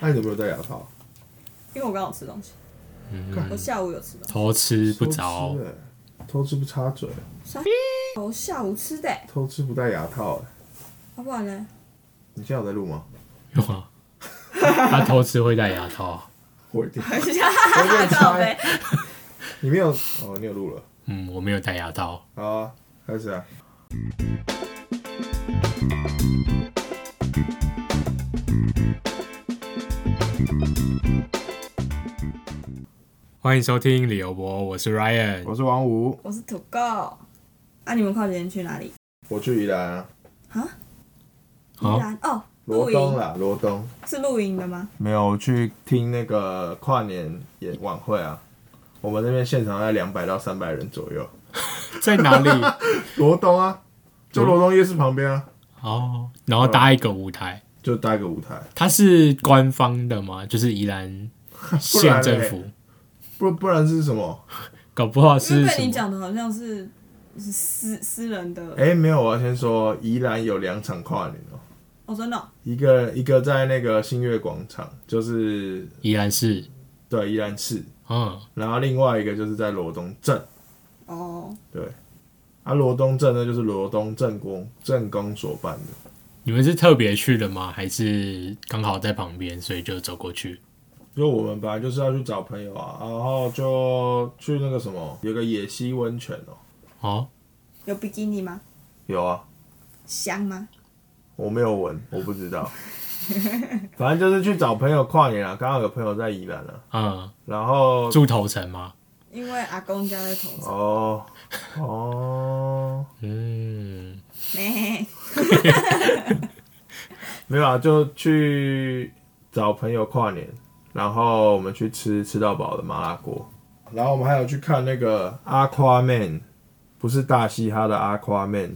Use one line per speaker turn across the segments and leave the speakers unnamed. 那你有没有戴牙套？
因为我刚好吃东西，
嗯
我下午有吃东西，
偷吃不着
偷吃，欸偷吃不插嘴，嗯
我下午吃的、欸，
偷吃不戴牙套、欸。
要、不然呢？
你现在有在录吗？
有啊， 他偷吃会戴牙套啊，
我一定。
等一下，靠背，
你没有哦，你有录了。
嗯，我没有戴牙套，
好啊，开始啊。
欢迎收听旅游博，我是 Ryan，
我是王五，
我是土狗。啊，你们跨年去哪里？
我去宜兰啊，
宜
好、
兰哦，露
罗东
营
啦，罗东。
是露营的吗？
没有去听那个跨年演晚会啊。我们那边现场在两百到三百人左右。
在哪里？
罗东啊，就罗东夜市旁边啊，
哦，然后搭一个舞台，
就搭一个舞台，
它是官方的吗？就是宜兰县政府，
不不然是什么？
搞不好
因
是
为
什
被你
么？
讲的好像是是私私人的，
哎、没有，我要先说，宜兰有两场跨年哦、
哦，真的哦、
一个一个在那个新月广场，就是
宜兰市，
对宜兰市，
嗯，
然后另外一个就是在罗东镇，
哦，
啊，罗东镇呢就是罗东镇公镇公所办的。
你们是特别去的吗？还是刚好在旁边，所以就走过去？
就我们本来就是要去找朋友啊，然后就去那个什么，有个野溪温泉哦、
哦，
有比基尼吗？
有啊，
香吗？
我没有闻，我不知道。反正就是去找朋友跨年啊，刚好有朋友在宜兰啊，
嗯，
然后
住头城吗？
因为阿公家在头 上，
哦哦，
嗯，
没、
没有啊，就去找朋友跨年，然后我们去吃吃到饱的麻辣锅，然后我们还有去看那个阿夸 man，不是大嘻哈的阿夸 man，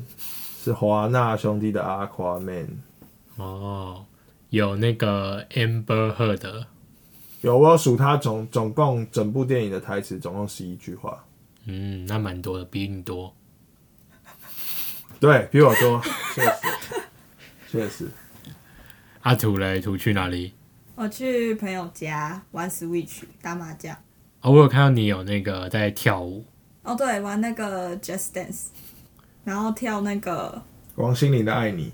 是华纳兄弟的阿夸 man。
哦，有那个 Amber Heard 的，
有，我有数他总总共整部电影的台词，总共十一句话，
嗯，那蛮多的，比你多。
对比我多， 确实，确实。
阿土嘞，土去哪里？
我去朋友家玩 Switch 打麻将，
哦，我有看到你有那个在跳舞，
哦，对，玩那个 Just Dance，然后跳那个
王心凌的《爱你》，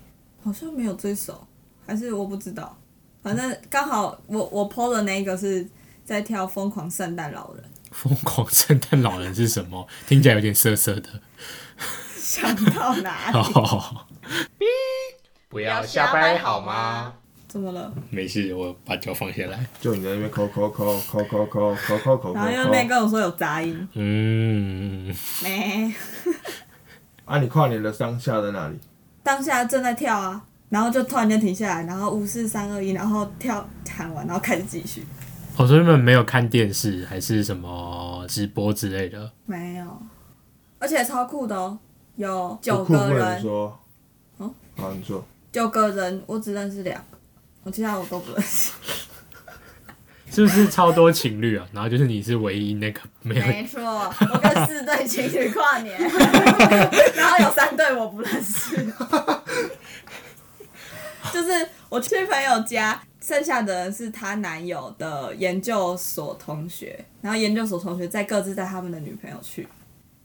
好像没有这首，还是我不知道，反正刚好我我 PO 的那一个是在跳《疯狂圣诞老人
疯狂圣诞老人是什么？ 听起来有点涩涩的。》，
想到哪 里？
哦，不
要瞎掰好吗？
怎么了？
没事，我把脚放下来。
就你在那边抠抠抠抠抠抠抠抠抠抠
然后又那边
抠。
跟我说有杂音，
嗯，
没，
啊，你跨年的当下在哪里？
当下正在跳啊，然后就突然间停下来，然后五四三二一，然后跳喊完，然后开始继续，
我哦说你们没有看电视还是什么直播之类的？
没有，而且超酷的哦，有九
不酷
个
不能
人，
说。
嗯
好，你说。
九个人我只认识两个，我其他我都不认识。
是不是超多情侣啊？然后就是你是唯一那个没有
没错，我跟四对情侣跨 年，然后有三对我不认识。就是我去朋友家，剩下的人是她男友的研究所同学，然后研究所同学再各自带他们的女朋友去，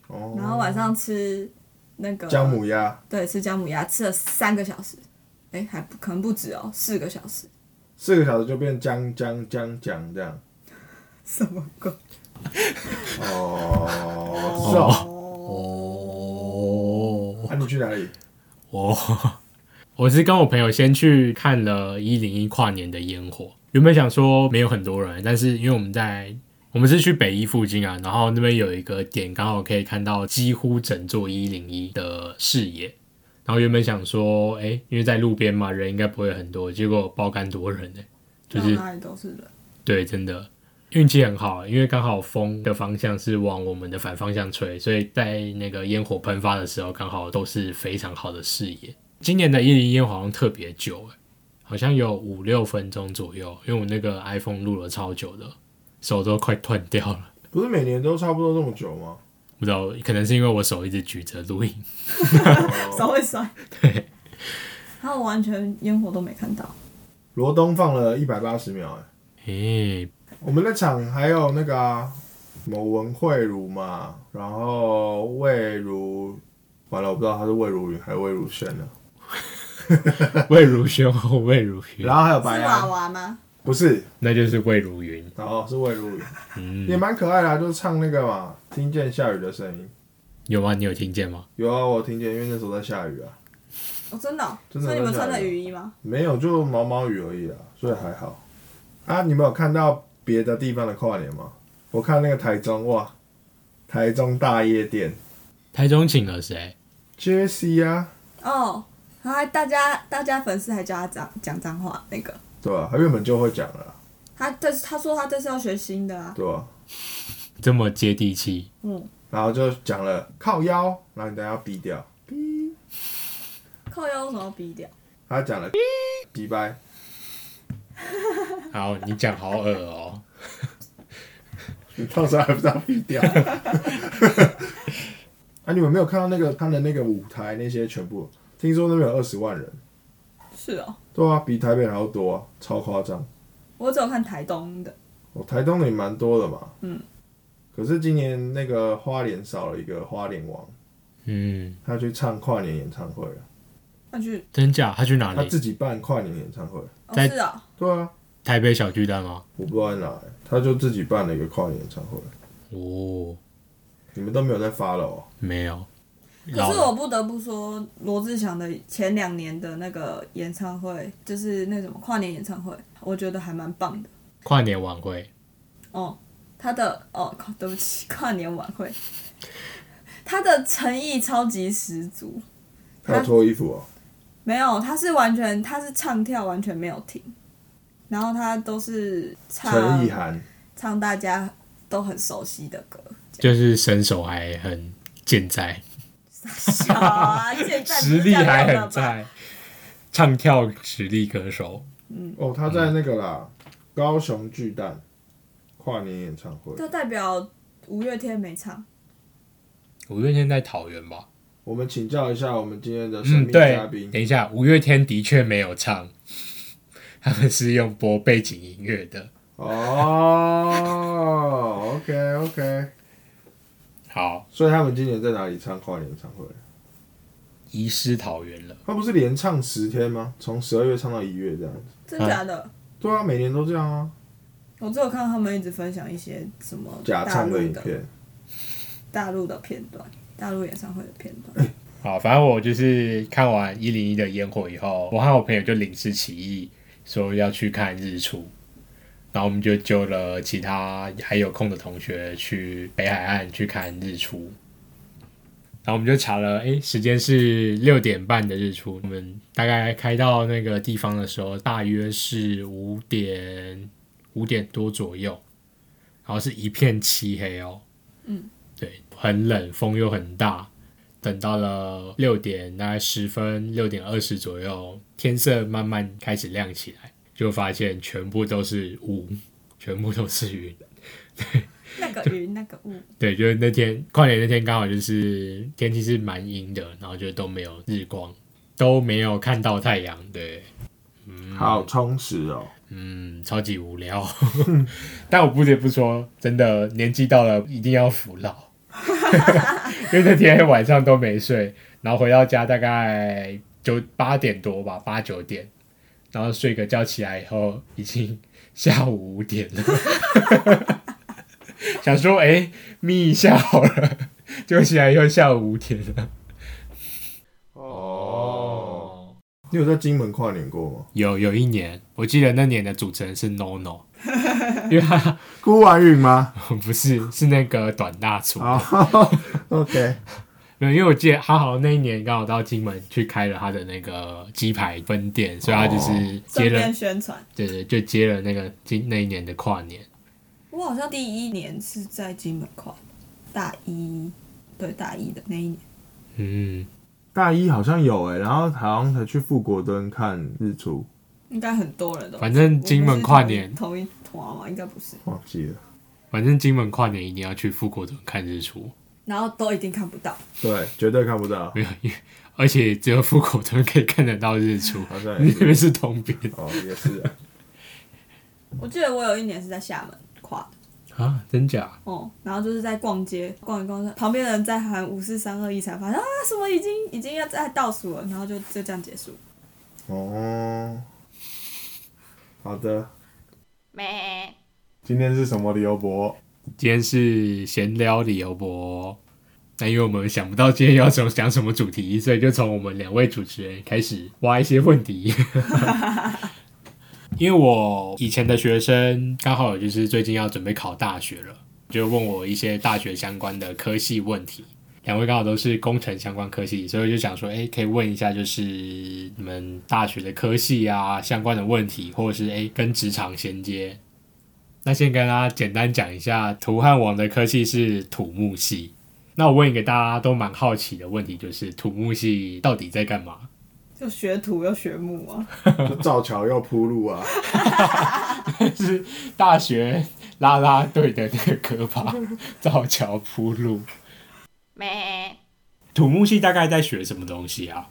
哦。
然后晚上吃那个
姜母鸭
对，吃姜母鸭，吃了三个小时，哎、还不可能不止哦，四个小时，
四个小时就变姜姜姜姜这样。
什么鬼？
哦，是哦。
哦，
哦
啊，你去哪里？
哦， 我是跟我朋友先去看了一零一跨年的烟火，原本想说没有很多人，但是因为我们在我们是去北一附近啊，然后那边有一个点刚好可以看到几乎整座一零一的视野。然后原本想说，哎、因为在路边嘛，人应该不会很多，结果爆肝多人呢、就是
到哪里都是人。
对，真的运气很好，因为刚好风的方向是往我们的反方向吹，所以在那个烟火喷发的时候，刚好都是非常好的视野。今年的一零烟火好像特别久、欸，好像有五六分钟左右，因为我那个 iPhone 录了超久的，手都快断掉了。
不是每年都差不多这么久吗？
不知道，可能是因为我手一直举着录音。
手会酸。对，然后我完全烟火都没看到，
罗东放了一百八十秒、哎，
诶、
我们那场还有那个啊，什么文慧茹嘛，然后魏如，完了我不知道她是魏如云还是魏如萱呢，
魏如萱和魏如云
然，后还有白啊
是娃
安，
娃吗？
不是，
那就是魏如云。
然后是魏如云，也
嗯，
蛮可爱的、啊，就是唱那个嘛，听见下雨的声音。
有吗？你有听见吗？
有啊，我听见，因为那时候在下雨啊，
哦，真的哦、
真的
所以你们
真的
穿的雨衣吗？
没有就毛毛雨而已啊，所以还好。啊，你们有看到别的地方的跨年吗？我看那个台中，哇，台中大夜店
台中请了谁？
，Jesse 啊，
哦，然后还大家大家粉丝还叫他讲讲脏话，那个
对吧、他原本就会讲了啦，
他这他说他这是要学新的啊，
对吧、
这么接地气，
嗯，
然后就讲了靠腰，然后你等一下要逼掉，
靠腰为什么要逼掉？
他讲了逼掰，
好，你讲好恶哦、
你到时候还不知道逼 掉。啊，你们没有看到那个他的那个舞台那些全部，听说那边有二十万人，
是哦，
对啊，比台北还要多、啊，超夸张。
我只有看台东的，
哦，台东的也蛮多的嘛。
嗯。
可是今年那个花莲少了一个花莲王，
嗯，
他去唱跨年演唱会了，
那去
真假？他去哪
他
里？
自己办跨年演唱会。
哦
在
是哦，
哎对啊，
台北小巨蛋吗？
我不知道在哪、欸，他就自己办了一个跨年演唱会。
哦，
你们都没有在发了哦。
没有。
可
老
是
了
我不得不说，罗志祥的前两年的那个演唱会，就是那什么跨年演唱会，我觉得还蛮棒的。
跨年晚会，
哦，他的哦， 靠对不起，跨年晚会，他的诚意超级十足。
他有脱衣服哦，
没有，他是完全他是唱跳完全没有停，然后他都是唱
陈意涵，
唱大家都很熟悉的 歌。
就是身手还很健在，
小啊，现在不是
实力
这样
还
用的
很
吧。
在，唱跳实力歌手。
哦，他在那个啦，高雄巨蛋跨年演唱会。
这代表五月天没唱，
五月天在桃园吧？
我们请教一下我们今天的神
嗯，
秘
对
嘉宾。。
等一下，五月天的确没有唱， 他们是用播背景音乐的。
哦，OK OK，
好，
所以他们今年在哪里唱跨年演唱会？
遗失桃园了。
他不是连唱十天吗？从十二月唱到一月这样子。
真假的？
对啊，每年都这样啊。
我只有看到他们一直分享一些什么
假
大
唱的
陆
影
的
片，
大陆的片段，大陆演唱会的片段。
好，反正我就是看完一零一的烟火以后，我和我朋友就临时起意说要去看日出，然后我们就揪了其他还有空的同学去北海岸去看日出。然后我们就查了，诶，时间是六点半的日出。我们大概开到那个地方的时候，大约是五点五点多左右，然后是一片漆黑哦。
嗯，
对，很冷，风又很大，等到了六点大概十分，六点二十左右，天色慢慢开始亮起来，就发现全部都是雾，全部都是云。
那个云，那个雾，
对，就是那天跨年那天刚好就是天气是蛮阴的，然后就都没有日光，都没有看到太阳。对，
好充实哦。
嗯，超级无聊。 但我不得不说，真的年纪到了一定要服老， 因为那天晚上都没睡，然后回到家大概九八点多吧，八九点，然后睡个觉起来以后已经下午五点了， 想说哎、诶眯一下好了，就起来以后下午五点了。
哦，你有在金门跨年过吗？
有有一年，我记得那年的主持人是 NONO，因为他
孤玩云吗？
不是，是那个短大厨。
好 ，OK。
没有，因为我记得他好像那一年刚好到金门去开了他的那个鸡排分店，所以他就是接
顺
了，
便宣传。
对对，就接了那个今那一年的跨年。
我好像第一年是在金门跨的，大一，对大一的那一年。
嗯，
大一好像有哎、然后好像才去富国墩看日出，
应该很多人都
反正金门跨年，
同一同一团嘛，应该不是。
忘记了。
反正金门跨年一定要去富国屯看日出。
然后都一定看不到。
对，绝对看不到。
没有，因为而且只有富口村可以看得到日出，
好像也
那
是
边是东边
哦，也是啊、
我记得我有一年是在厦门跨的，
啊，真假？
哦、然后就是在逛街逛一逛，旁边的人在喊五四三二一，才发现啊什么已经 已经要在倒数了，然后就就这样结束。
哦，好的，
咩
今天是什么旅游 博？
今天是闲聊理由博，那因为我们想不到今天要从讲什么主题，所以就从我们两位主持人开始挖一些问题。因为我以前的学生刚好有就是最近要准备考大学了，就问我一些大学相关的科系问题。两位刚好都是工程相关科系，所以我就想说，哎、可以问一下，就是你们大学的科系啊相关的问题，或者是哎、诶跟职场衔接那先跟大家简单讲一下，图和网的科系是土木系。那我问一个大家都蛮好奇的问题，就是土木系到底在干嘛？
就学徒又学木啊，
就造桥要铺路 啊，
是大学啦啦队的那个歌吧，造桥铺路。
咩
土木系大概在学什么东西啊？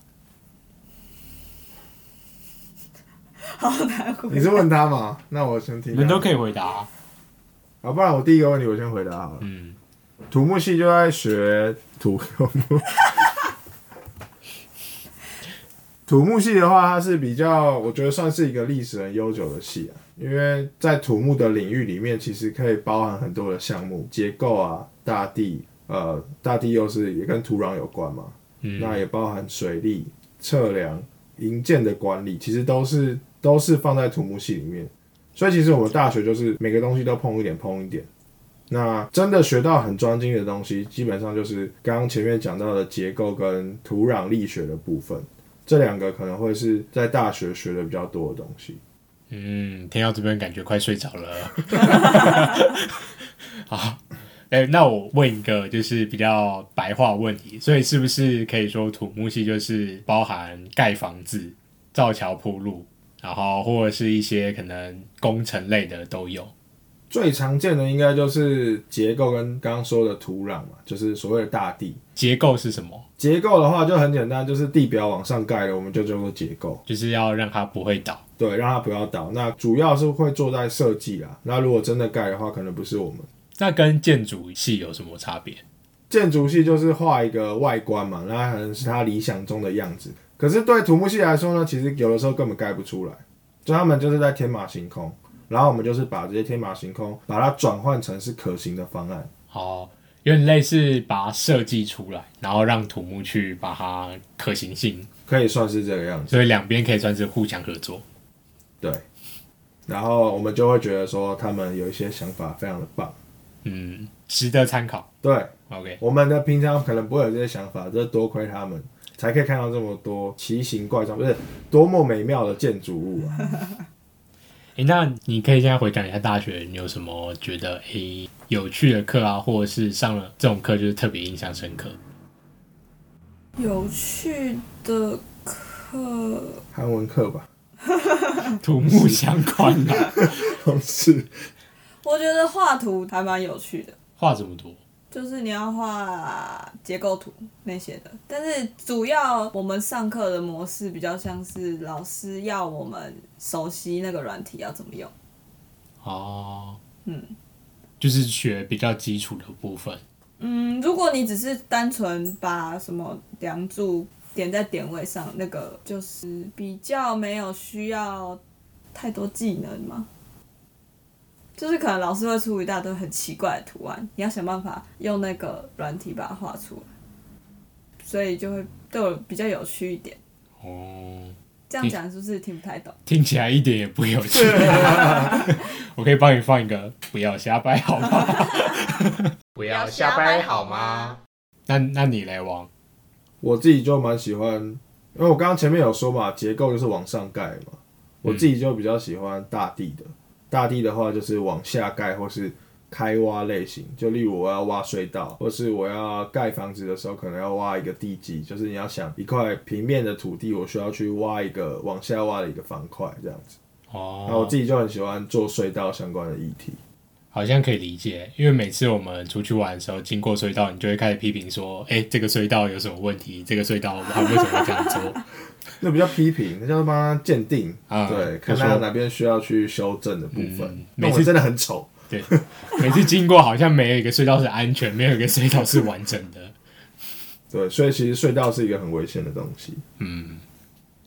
好难回答。
你是问他嘛？那我先听
你
看。
们都可以回答啊。
好，不然我第一个问题我先回答好了。
嗯，
土木系就在学土 土木系的话，它是比较，我觉得算是一个历史很悠久的系啊，因为在土木的领域里面，其实可以包含很多的项目，结构啊、大地，呃，大地又是也跟土壤有关嘛，
嗯
那也包含水利、测量、营建的管理，其实都是都是放在土木系里面。所以其实我们大学就是每个东西都碰一点，碰一点。那真的学到很专精的东西，基本上就是刚刚前面讲到的结构跟土壤力学的部分，这两个可能会是在大学学的比较多的东西。
嗯，听到这边感觉快睡着了。好，哎、那我问一个就是比较白话问题，所以是不是可以说土木系就是包含盖房子、造桥铺路，然后或者是一些可能工程类的都有？
最常见的应该就是结构跟刚刚说的土壤嘛，就是所谓的大地。
结构是什么？
结构的话就很简单，就是地表往上盖了，我们就叫做结构。
就是要让它不会倒。
对，让它不要倒。那主要是会做在设计啦。那如果真的盖的话，可能不是我们
那跟建筑系有什么差别？
建筑系就是画一个外观嘛，那可能是他理想中的样子。可是对土木系来说呢，其实有的时候根本盖不出来，就他们就是在天马行空，然后我们就是把这些天马行空，把它转换成是可行的方案。
哦，有点类似把它设计出来，然后让土木去把它可行性，
可以算是这个样子，
所以两边可以算是互相合作。
对。然后我们就会觉得说，他们有一些想法非常的棒，
嗯，值得参考。
对，
OK，
我们的平常可能不会有这些想法，这多亏他们才可以看到这么多奇形怪状，不是多么美妙的建筑物啊！
诶，那你可以现在回想一下大学，你有什么觉得诶有趣的课啊，或者是上了这种课就是特别印象深刻？
有趣的课，
韩文课吧，
土木相关的、
同事
我觉得画图还蛮有趣的。
画什么图？
就是你要画结构图那些的，但是主要我们上课的模式比较像是老师要我们熟悉那个软体要怎么用，
哦，
嗯
就是学比较基础的部分。
嗯，如果你只是单纯把什么梁柱点在点位上，那个就是比较没有需要太多技能嘛。就是可能老师会出一大堆很奇怪的图案，你要想办法用那个软体把它画出来，所以就会对我比较有趣一点。
哦，
这样讲是不是听不太懂？
听起来一点也不有趣。 我可以帮你放一个，不要瞎掰好吗？
不要瞎掰好吗？
那那你来王，
我自己就蛮喜欢，因为我刚刚前面有说嘛，结构就是往上盖嘛，我自己就比较喜欢大地的。大地的话就是往下盖或是开挖类型，就例如我要挖隧道，或是我要盖房子的时候，可能要挖一个地基，就是你要想一块平面的土地，我需要去挖一个往下挖的一个方块这样子。然后我
哦
自，己就很喜欢做隧道相关的议题。
好像可以理解，因为每次我们出去玩的时候，经过隧道，你就会开始批评说：“哎、这个隧道有什么问题？这个隧道它为什么会这样做
那比较批评，那叫帮他鉴定，
啊
对，
就
看他
说
哪边需要去修正的部分
嗯。
那
每
我
次
真的很丑，？”
对，每次经过好像没有一个隧道是安全，没有一个隧道是完整的。
对，所以其实隧道是一个很危险的东西。
嗯，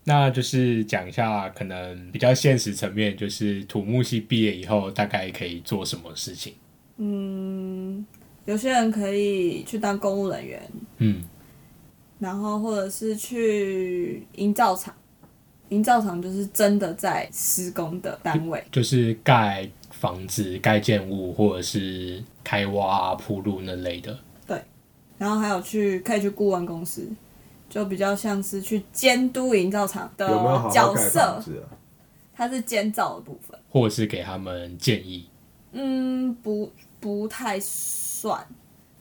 那就是讲一下可能比较现实层面，就是土木系毕业以后大概可以做什么事情。
嗯，有些人可以去当公务人员，
嗯，
然后或者是去营造厂，营造厂就是真的在施工的单位。
就是盖房子、盖建物，或者是开挖、铺路那类的。
然后还有去可以去顾问公司，就比较像是去监督营造厂的
有没有好好
角
盖房
色，
子啊？
它是监造的部分。
或者是给他们建议。
嗯，不不太算。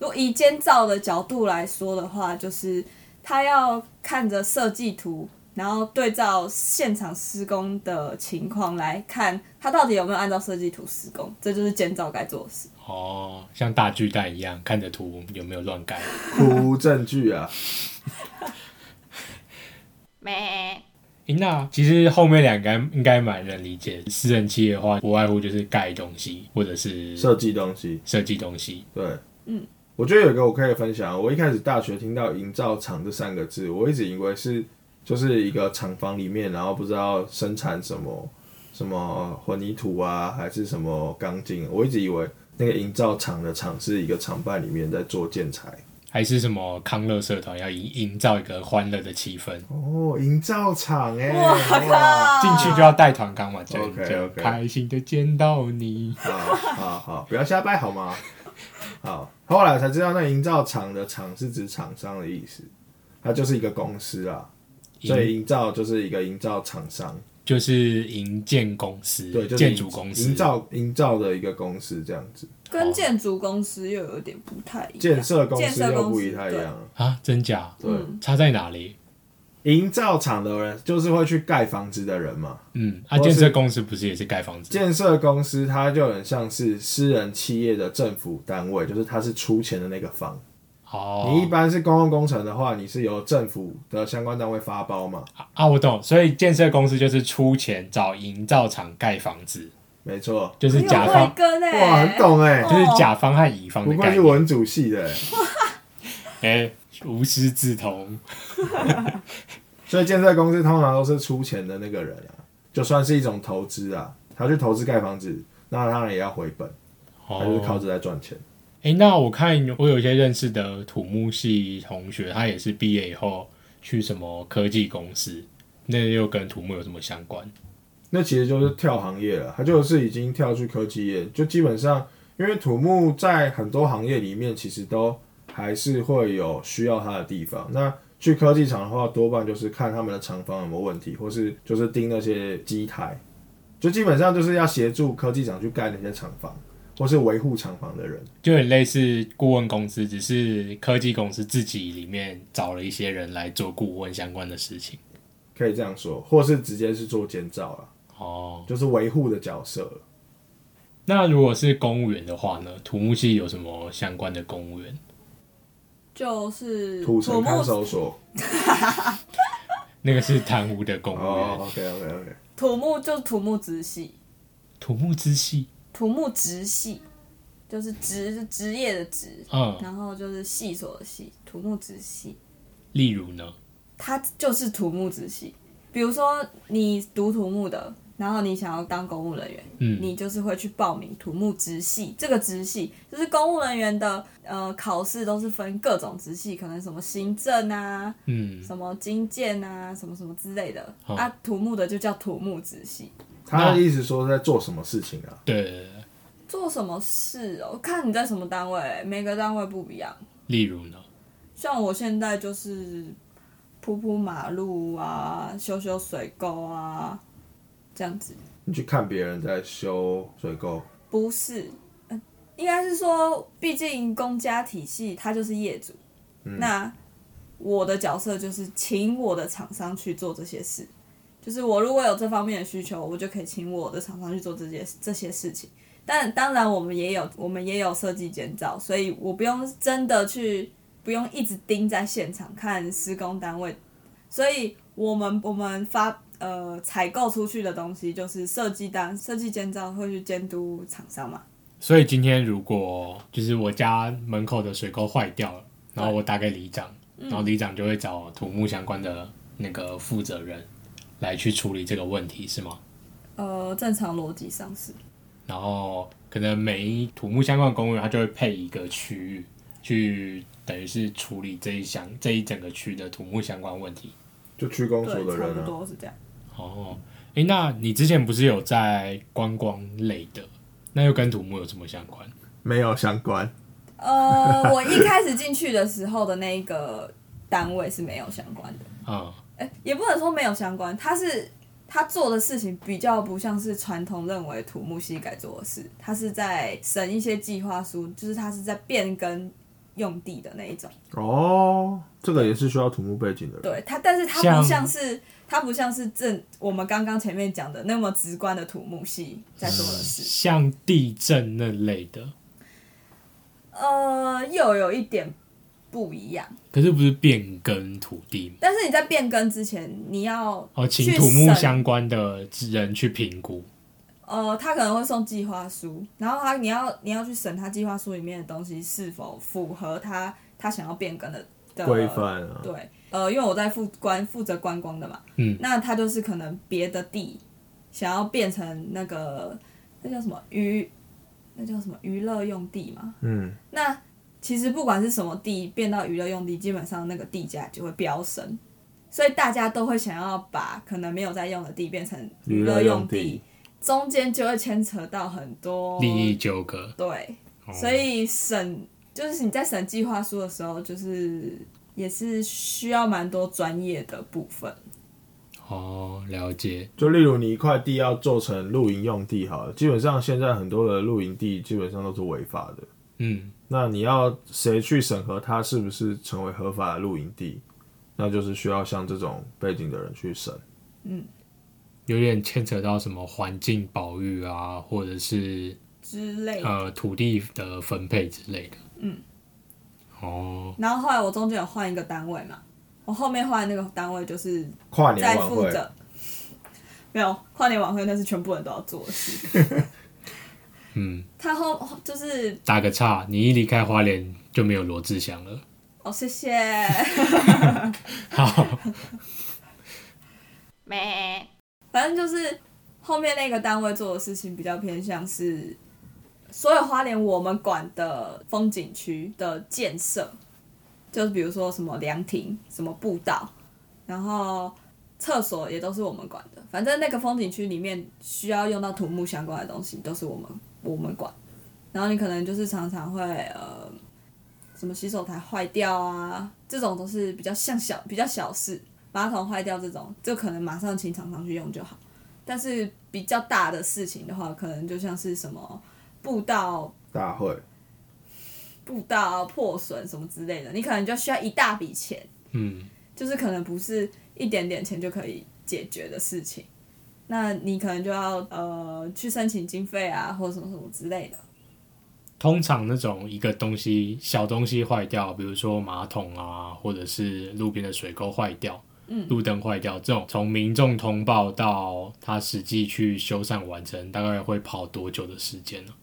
如果以监造的角度来说的话，就是他要看着设计图，然后对照现场施工的情况来看，他到底有没有按照设计图施工，这就是监造该做的事。
哦，像大巨蛋一样，看着图有没有乱盖。
苦无证据啊，
咩
诶那其实后面两个应该蛮能理解。私人企业的话，不外乎就是盖东西，或者是
设计东西。
设计东西。
对，
嗯，
我觉得有一个我可以分享。我一开始大学听到“营造厂”这三个字，我一直以为是就是一个厂房里面，然后不知道生产什么什么混凝土啊，还是什么钢筋。我一直以为那个营造厂的厂是一个厂办里面在做建材。
还是什么康乐社团要营营造一个欢乐的气氛，
哦，营造厂哎、
哇
啊
靠！
进去就要带团钢嘛，就
OK，
就
OK
开心的见到你。
好好好，不要瞎掰好吗？好，后来才知道那营造厂的厂是指厂商的意思，它就是一个公司啊，所以营造就是一个营造厂商，
就是营建公司，
对，就是
建筑公司，
营造营造的一个公司这样子，
跟建筑公司又有点不太一样，
建设公
建
司
设
又
公
不
司
太一
对
样。
啊，真假？
对，
嗯
差在哪里？
营造厂的人就是会去盖房子的人嘛，
嗯，啊，
或是
建设公司不是也是盖房子？
建设公司它就很像是私人企业的政府单位，就是它是出钱的那个方。
哦，
你一般是公共工程的话，你是由政府的相关单位发包嘛？
啊，我懂，所以建设公司就是出钱找营造厂盖房子，
没错，
就是甲
很有慧
方，
根欸
哇，很懂哎、
哎哦
就是甲方和乙方
不
的
愧
概
是
念。
文主系的、欸，
哎、无师自通。
所以建设公司通常都是出钱的那个人啊，就算是一种投资啊，他去投资盖房子，那当然也要回本，他就是靠
哦，
这在赚钱。
哎、那我看我有一些认识的土木系同学，他也是毕业以后去什么科技公司，那又跟土木有什么相关？
那其实就是跳行业了，他就是已经跳去科技业，就基本上因为土木在很多行业里面其实都还是会有需要它的地方。那去科技厂的话，多半就是看他们的厂房有没有问题，或是就是盯那些机台，就基本上就是要协助科技厂去盖那些厂房，或是维护厂房的人。
就很类似顾问公司，只是科技公司自己里面找了一些人来做顾问相关的事情。
可以这样说，或是直接是做监造了，
哦，
就是维护的角色了。
那如果是公务员的话呢？土木系有什么相关的公务员？
就是
土城看
木
守所。
那个是贪污的公务员。
哦，OK OK OK，
土木就是土木直系，
土木之系，
土木直系就是职是职业的职，
嗯，
然后就是系所的系，土木直系，
例如呢？
它就是土木直系。比如说你读土木的，然后你想要当公务人员，
嗯
你就是会去报名土木直系这个直系，就是公务人员的呃考试都是分各种直系，可能什么行政啊、
嗯，
什么经建啊、什么什么之类的。
好
啊，土木的就叫土木直系。
他的意思说是在做什么事情啊？
对对对对
做什么事哦？看你在什么单位，每个单位不一样。
例如呢？
像我现在就是铺铺马路啊，修修水沟啊，这样子。
你去看别人在修水沟，
不是，呃应该是说，毕竟公家体系它就是业主，那我的角色就是请我的厂商去做这些事。就是我如果有这方面的需求，我就可以请我的厂商去做这些这些事情。但当然我们也有我们也有设计监造，所以我不用真的去不用一直盯在现场看施工单位，所以我们我们发呃采购出去的东西就是设计单设计监造会去监督厂商嘛，
所以今天如果就是我家门口的水沟坏掉了，然后我打给里长，
嗯
然后里长就会找土木相关的那个负责人来去处理这个问题，是吗？
呃，正常逻辑上是。
然后可能每一土木相关的公园，它就会配一个区域去，等于是处理这一项这一整个区的土木相关问题。
就区公
对，
所的
差
人
不
啊，
多是这样。
哦，诶，那你之前不是有在观光类的，那又跟土木有什么相关？
没有相关。
呃，
啊
我一开始进去的时候的那个单位是没有相关的，
嗯，
哎、也不能说没有相关，它是他做的事情比较不像是传统认为土木系该做的事，他是在审一些计划书，就是他是在变更用地的那一种。
哦，这个也是需要土木背景的人。
对它，但是它
像
不像是它不像是正我们刚刚前面讲的那么直观的土木系在做的事。
像地震那类的，
嗯
呃，又有一点不一样，
可是不是变更土地吗？
但是你在变更之前，你要
哦，请
去
土木
审
相关的人去评估。
呃，他可能会送计划书，然后他你要你要去审他计划书里面的东西是否符合他他想要变更的的
规范啊，
对，呃，因为我在负观负责观光的嘛，
嗯
那他就是可能别的地想要变成那个那叫什么娱，那叫什么娱乐用地嘛，
嗯，
那其实不管是什么地变到娱乐用地，基本上那个地价就会飙升，所以大家都会想要把可能没有在用的地变成
娱
娱
乐
乐
用
用
地
地，中间就会牵扯到很多
利益纠葛，
对，
哦
所以审就是你在审计划书的时候，就是也是需要蛮多专业的部分。
哦，了解，
就例如你一块地要做成露营用地好了，基本上现在很多的露营地基本上都是违法的。
嗯，
那你要谁去审核它是不是成为合法的露营地？那就是需要像这种背景的人去审。
有点牵扯到什么环境保育啊，或者是
之类的，
呃土地的分配之类的，嗯，哦，
然后后来我中间有换一个单位嘛，我后面换的那个单位就是
跨年
在
晚
负
会，
责，没有跨年晚会那是全部人都要做的事。
嗯，
他后就是
打个岔，你一离开花莲就没有罗志祥了，
哦，谢谢，
好，
咩
反正就是后面那个单位做的事情比较偏向是所有花莲我们管的风景区的建设，就是比如说什么凉亭、什么步道，然后厕所也都是我们管的。反正那个风景区里面需要用到土木相关的东西，都是我们我们管。然后你可能就是常常会呃，什么洗手台坏掉啊，这种都是比较像小比较小事，马桶坏掉这种，就可能马上请厂商去用就好。但是比较大的事情的话，可能就像是什么步道
大会，
步道破损什么之类的，你可能就需要一大笔钱，
嗯，
就是可能不是一点点钱就可以解决的事情。那你可能就要呃去申请经费啊，或者什么什么之类的。
通常那种一个东西小东西坏掉，比如说马桶啊，或者是路边的水沟坏掉。
嗯
路灯坏掉这种，从民众通报到他实际去修缮完成，大概会跑多久的时间呢、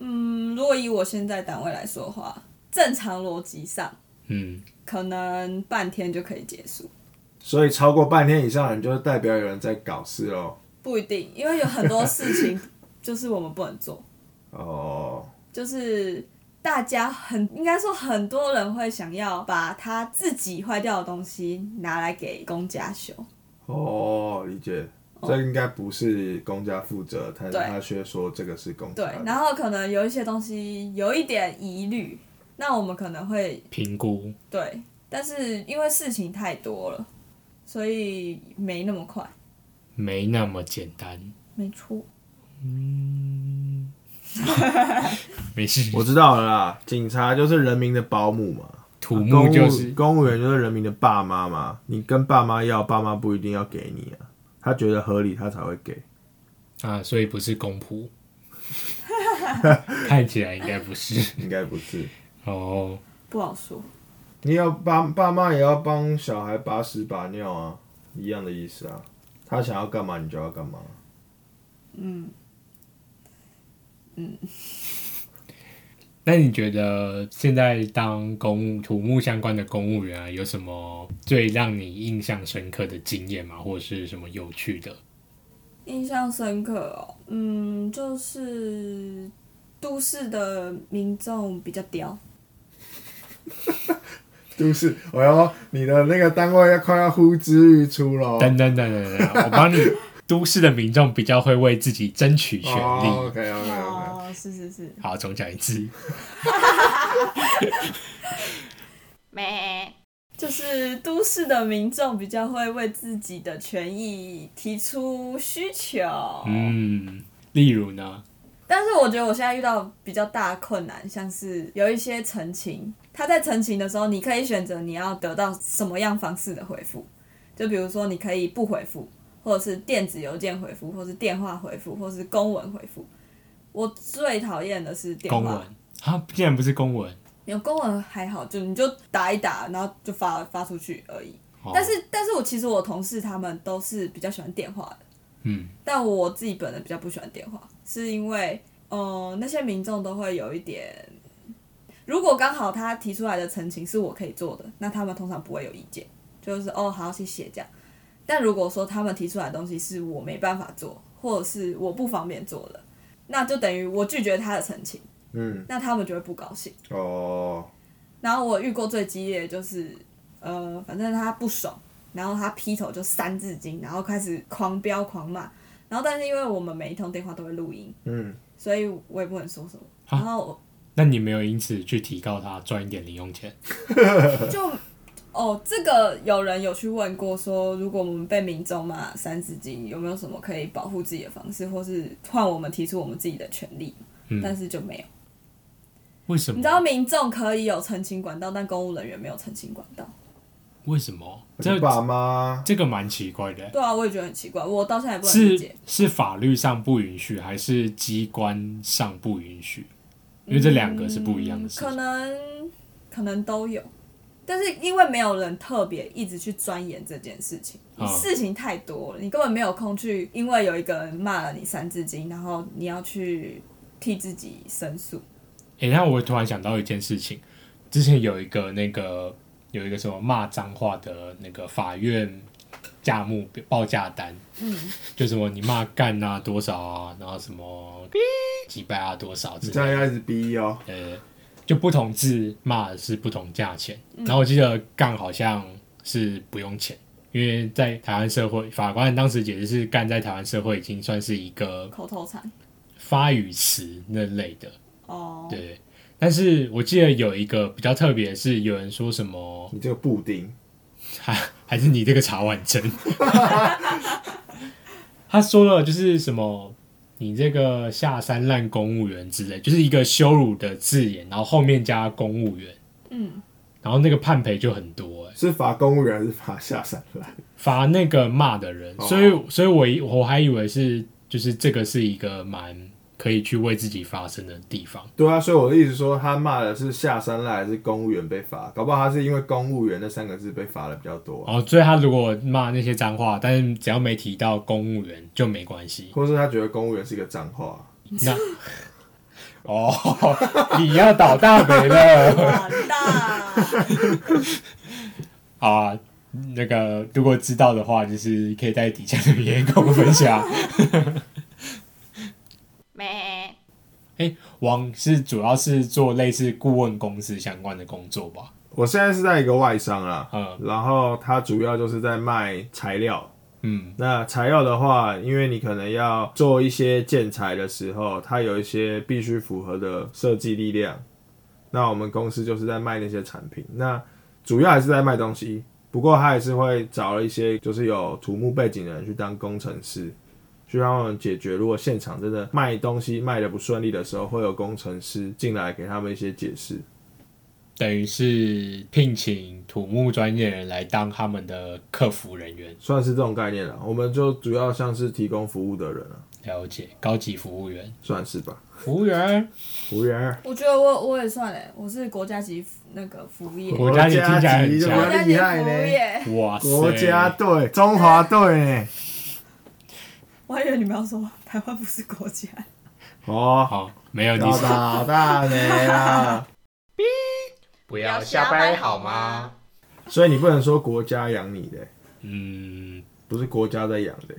嗯，如果以我现在单位来说的话，正常逻辑上
嗯，
可能半天就可以结束，
所以超过半天以上的人，就是代表有人在搞事喽。
不一定，因为有很多事情 就是我们不能做，
哦，
就是大家很应该说很多人会想要把他自己坏掉的东西拿来给公家修，
哦，理解。这应该不是公家负责，但是
对
他却说这个是公家
对
的。，
然后可能有一些东西有一点疑虑，那我们可能会
评估
对，但是因为事情太多了，所以没那么快，
没那么简单。
没错。
没事，
我知道了啦，警察就是人民的保姆嘛，
土
公
木
务
就是
公务员就是人民的爸妈嘛。你跟爸妈要，爸妈不一定要给你啊，他觉得合理他才会给。
啊，所以不是公仆。 看起来应该不是
应该不是。
哦。
不好说。
你要帮爸妈也要帮小孩把屎把尿啊，一样的意思啊。他想要干嘛你就要干嘛。
那你觉得现在当公务土木相关的公务员啊，有什么最让你印象深刻的经验吗？或者是什么有趣的？
印象深刻哦，嗯，就是都市的民众比较刁，
都市，哎呦，你的那个单位要快要呼之欲出哦喽。
等等等等等，我帮你。都市的民众比较会为自己争取权利。
哦、OK OK OK，
哦，是是是，
好，重讲一次。
咩
就是都市的民众比较会为自己的权益提出需求，
嗯，例如呢？
但是我觉得我现在遇到比较大的困难，像是有一些澄清，他在澄清的时候，你可以选择你要得到什么样方式的回复，就比如说你可以不回复，或者是电子邮件回复，或是电话回复，或是公文回复。我最讨厌的是电
公
话
文，啊，竟然不是公文。
有公文还好，就你就打一打，然后就发发出去而已。
哦
但是，但是我其实我同事他们都是比较喜欢电话的，
嗯，
但我自己本人比较不喜欢电话，是因为，呃，那些民众都会有一点，如果刚好他提出来的陈情是我可以做的，那他们通常不会有意见，就是哦好谢谢这样。但如果说他们提出来的东西是我没办法做，或者是我不方便做的，那就等于我拒绝他的陈情，
嗯，
那他们就会不高兴。
哦，
然后我遇过最激烈的就是，呃，反正他不爽，然后他劈头就三字经，然后开始狂飙狂骂。然后但是因为我们每一通电话都会录音，
嗯，
所以我也不能说什么。
啊
然后
那你没有因此去提高他赚一点零用钱？
我就，哦，这个有人有去问过说，如果我们被民众骂三字经，有没有什么可以保护自己的方式，或是换我们提出我们自己的权利？但
嗯，
是就没有。
为什么？
你知道民众可以有澄清管道，但公务人员没有澄清管道。
为什么？
这
这
爸妈
这个蛮奇怪的，
对啊，我也觉得很奇怪，我到现在也不能理解
是。是法律上不允许，还是机关上不允许？因为这两个是不一样的事
嗯可
情。
能可能都有，但是因为没有人特别一直去钻研这件事情，
嗯
事情太多了，你根本没有空去，因为有一个人骂了你三字经，然后你要去替自己申诉。
诶，那我突然想到一件事情，之前有一个那个有一个什么骂脏话的那个法院价目表报价单，
嗯，
就什么你骂干啊多少啊，然后什么几百啊多少
你
之类
这
的
样要一直逼哦，
呃，就不同字骂的是不同价钱。然后我记得干好像是不用钱，因为在台湾社会，法官当时解释是干在台湾社会已经算是一个
口头禅
发语词那类的，
哦，
对。但是我记得有一个比较特别，是有人说什么，
你这个布丁，
还还是你这个茶碗蒸，他说了就是什么，你这个下三滥公务员之类，就是一个羞辱的字眼，然后后面加公务员，
嗯，
然后那个判赔就很多、欸，
是罚公务员还是罚下山来？
罚那个骂的人，
哦
所以，所以我以我还以为是就是这个是一个蛮可以去为自己发声的地方，
对啊，所以我的意思说，他骂的是下山来还是公务员被罚？搞不好他是因为公务员那三个字被罚的比较多啊、
哦，所以他如果骂那些脏话，但是只要没提到公务员就没关系。
或是他觉得公务员是一个脏话啊、
那 哦，你要倒大霉 了
完蛋，
好啊！那个如果知道的话，就是可以在底下留言跟我们 分享。
咩
王是主要是做类似顾问公司相关的工作吧？
我现在是在一个外商啦，
嗯
然后他主要就是在卖材料。
嗯
那材料的话，因为你可能要做一些建材的时候，它有一些必须符合的设计力量。那我们公司就是在卖那些产品，那主要还是在卖东西。不过他还是会找了一些就是有土木背景的人去当工程师，去帮他们解决。如果现场真的卖东西卖的不顺利的时候，会有工程师进来给他们一些解释。
等于是聘请土木专业人来当他们的客服人员。
算是这种概念了。我们就主要像是提供服务的人了、啊
哎、了解，高级服务员，
算是吧。
服 务员，
服务员，
我觉得我我也算嘞，我是国家级那个服务业，
国家级听起来很
国
强
家
国
级
家级
厉
服
害
务
嘞
业，
哇塞，
国家队，中华队呢？
我还以为你们要说 台湾不是国家，
哦，
好，没有你
要
是
打大雷啦！
不要瞎掰好吗？
所以你不能说国家养你的，
嗯，
不是国家在养的，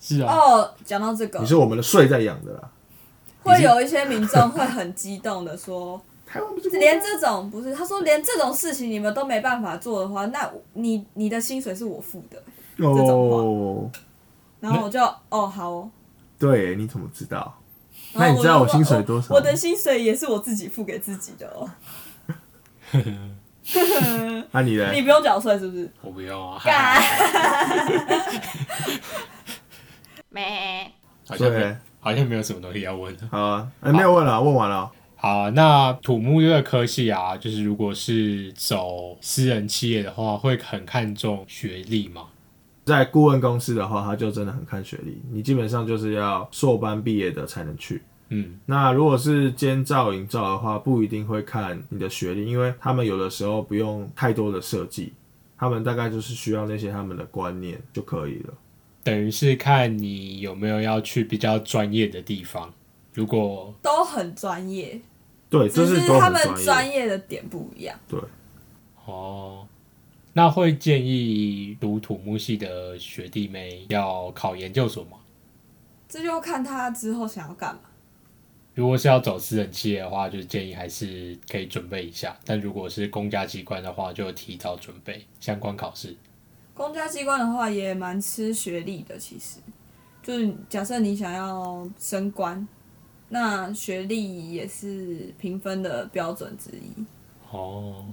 是啊，
哦，讲到这个
你，是我们的税在养的啦。
会有一些民众会很激动的说，
台湾不是国家
连这种不是，他说连这种事情你们都没办法做的话，那你你的薪水是我付的。这种
哦，
然后我就哦好哦，
对，你怎么知道？
然
那
后
你知道
就哦
我薪水多少吗
我的薪水也是我自己付给自己的哦。
那啊你
你
嘞？
不用缴税是不是？
我不用啊，
干
咩
好像没
对，
好像没有什么东西要问的。
好啊，哎，没有问了，问完了。
好，那土木这个科系啊，就是如果是走私人企业的话，会很看重学历嘛？
在顾问公司的话，他就真的很看学历，你基本上就是要硕班毕业的才能去。
嗯，
那如果是监造营造的话，不一定会看你的学历，因为他们有的时候不用太多的设计，他们大概就是需要那些他们的观念就可以了。
等于是看你有没有要去比较专业的地方。如果
都很专业，
对，这
只
是都
他
很
们
专
专
业。
业的点不一样。
哦，那会建议读土木系的学弟妹要考研究所吗？
这就看他之后想要干嘛。
如果是要走私人企业的话，就建议还是可以准备一下；但如果是公家机关的话，就提早准备相关考试。
公家机关的话也蛮吃学历的，其实就是假设你想要升官，那学历也是评分的标准之一。
哦，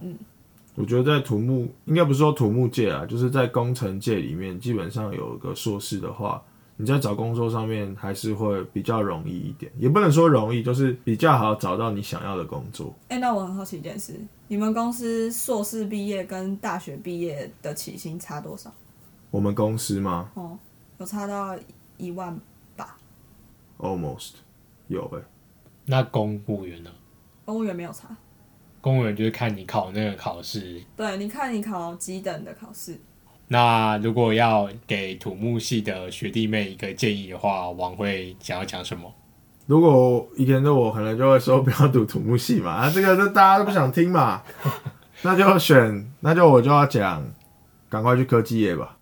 我觉得在土木，应该不是说土木界啊，就是在工程界里面，基本上有个硕士的话，你在找工作上面还是会比较容易一点，也不能说容易，就是比较好找到你想要的工作。
哎、那我很好奇一件事，你们公司硕士毕业跟大学毕业的起薪差多少？
我们公司吗
哦，有差到一万
？Almost 有欸诶、
那公务员呢？
公务员没有差。
公务员就是看你考那个考试。
对，你看你考几等的考试，
那如果要给土木系的学弟妹一个建议的话，王会想要讲什么？
如果以前的我可能就会说不要读土木系嘛，啊，这个这大家都不想听嘛，那就选，那就我就要讲，赶快去科技业吧。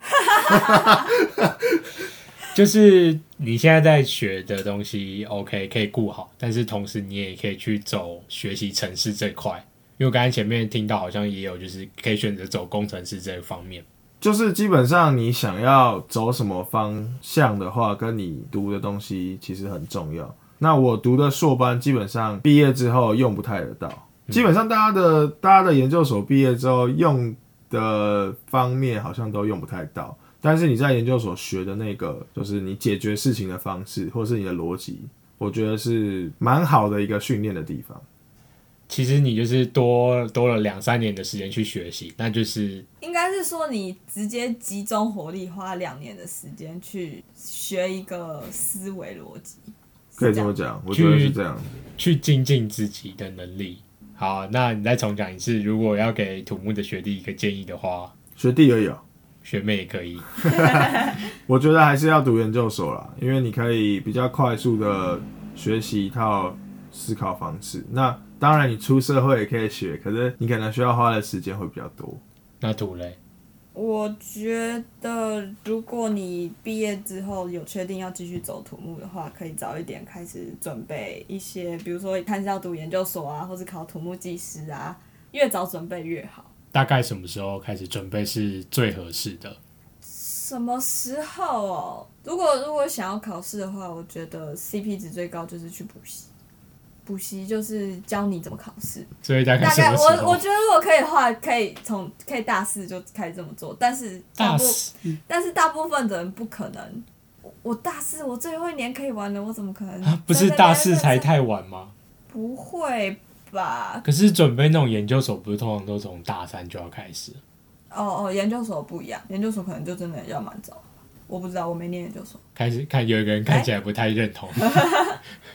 就是你现在在学的东西，OK 可以顾好，但是同时你也可以去走学习城市这块，因为我刚才前面听到好像也有就是可以选择走工程师这一方面。
就是基本上你想要走什么方向的话，跟你读的东西其实很重要。那我读的硕班基本上毕业之后用不太得到，
嗯
基本上大家的大家的研究所毕业之后用的方面好像都用不太到。但是你在研究所学的那个，就是你解决事情的方式，或是你的逻辑，我觉得是蛮好的一个训练的地方。
其实你就是多多了两三年的时间去学习，那就是
应该是说你直接集中火力，花两年的时间去学一个思维逻辑。
可以
是
这么
样
讲，我觉得是这样。
去精进自己的能力。好，那你再重讲一次，如果要给土木的学弟一个建议的话，
学弟也有。
学妹也可以。
我觉得还是要读研究所啦，因为你可以比较快速的学习一套思考方式。那当然，你出社会也可以学，可是你可能需要花的时间会比较多。
那土嘞，
我觉得，如果你毕业之后有确定要继续走土木的话，可以早一点开始准备一些，比如说看是要读研究所啊，或是考土木技师啊，越早准备越好。
大概什么时候开始准备是最合适的？
什么时候哦？如果如果想要考试的话，我觉得 CP 值最高就是去补习，补习就是教你怎么考试。
所以大概
大
什
概
么时候？
我我觉得我可以的话，可以从可以大四就开始这么做，但是
大
部
四
但是大部分的人不可能。我我大四我最后一年可以玩了，我怎么可能？
啊，不是大四才？太晚吗？
不会吧？
可是准备那种研究所，不是通常都从大三就要开始？
哦哦，研究所不一样，研究所可能就真的要蛮早。我不知道，我没念研究所。
开始看有一个人看起来不太认 同，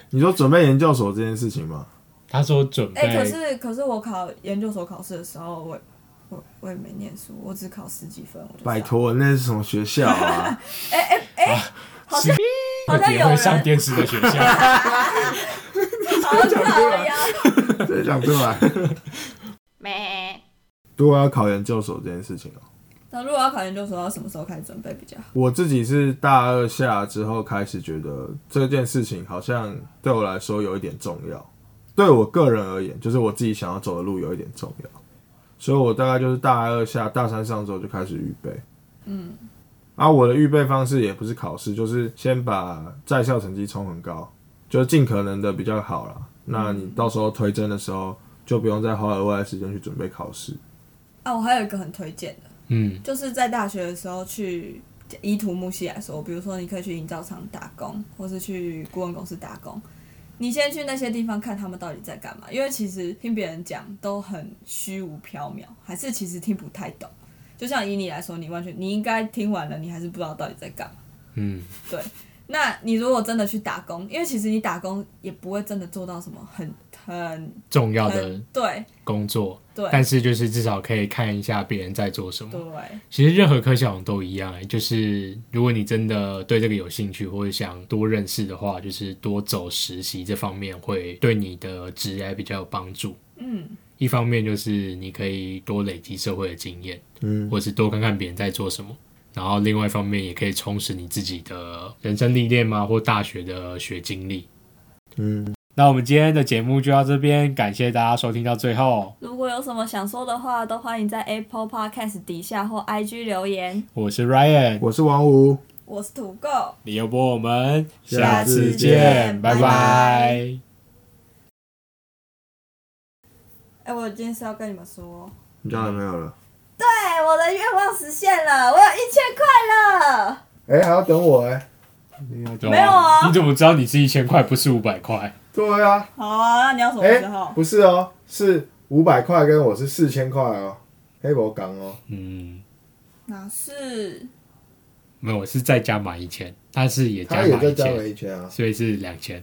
你说准备研究所这件事情吗？
他说准备
哎、可是可是我考研究所考试的时候，我我我也没念书，我只考十几分，我就哎
拜。
上
托，那是什么学校啊？
啊
好像好像
也
有
会
人
上电视的 学校，
好可呀，
这讲出来，
咩？
如果要考研究所这件事情哦，
那如果要考研究所，要什么时候开始准备比较好？
我自己是大二下之后开始觉得这件事情好像对我来说有一点重要，对我个人而言，就是我自己想要走的路有一点重要，所以我大概就是大二下、大三上之后就开始预备。
嗯，
啊，我的预备方式也不是考试，就是先把在校成绩冲很高，就尽可能的比较好啦。那你到时候推甄的时候，就不用再花额外的时间去准备考试。
啊，我还有一个很推荐的，
嗯，
就是在大学的时候去。以土木系来说，比如说你可以去营造厂打工，或是去顾问公司打工。你先去那些地方看他们到底在干嘛，因为其实听别人讲都很虚无缥缈，还是其实听不太懂。就像以你来说，你完全你应该听完了，你还是不知道到底在干嘛。
嗯，
那你如果真的去打工，因为其实你打工也不会真的做到什么很很
重要的
很对
工作，
对
但是就是至少可以看一下别人在做什么。
对
其实任何科系好像都一样、欸，就是如果你真的对这个有兴趣，或者想多认识的话，就是多走实习这方面会对你的职业比较有帮助。
嗯，
一方面就是你可以多累积社会的经验，
嗯，
或是多看看别人在做什么。然后另外一方面也可以充实你自己的人生历练嘛，或大学的学经历。
嗯，
那我们今天的节目就到这边，感谢大家收听到最后。
如果有什么想说的话，都欢迎在 Apple Podcast 底下或 IG 留言。
我是 Ryan，
我是王五。
我是土狗，
李优波，我们
下次见
拜
拜
拜
拜哎、我有件事要跟你们说，
你交男朋友了？
哎，我的愿望实现了，我有一千块了。
哎、还要等我哎、
对
没有啊
你怎么知道你是一千块，不是五百块？
对啊，
好啊，那你要什么
哎、
时候？
不是哦，是五百块跟我是四千块哦，黑我港哦，
嗯，
哪是？
没有，我是在家买一千，他是也加
他也
买
在
一
加了
千，
一千啊。
所以是两千。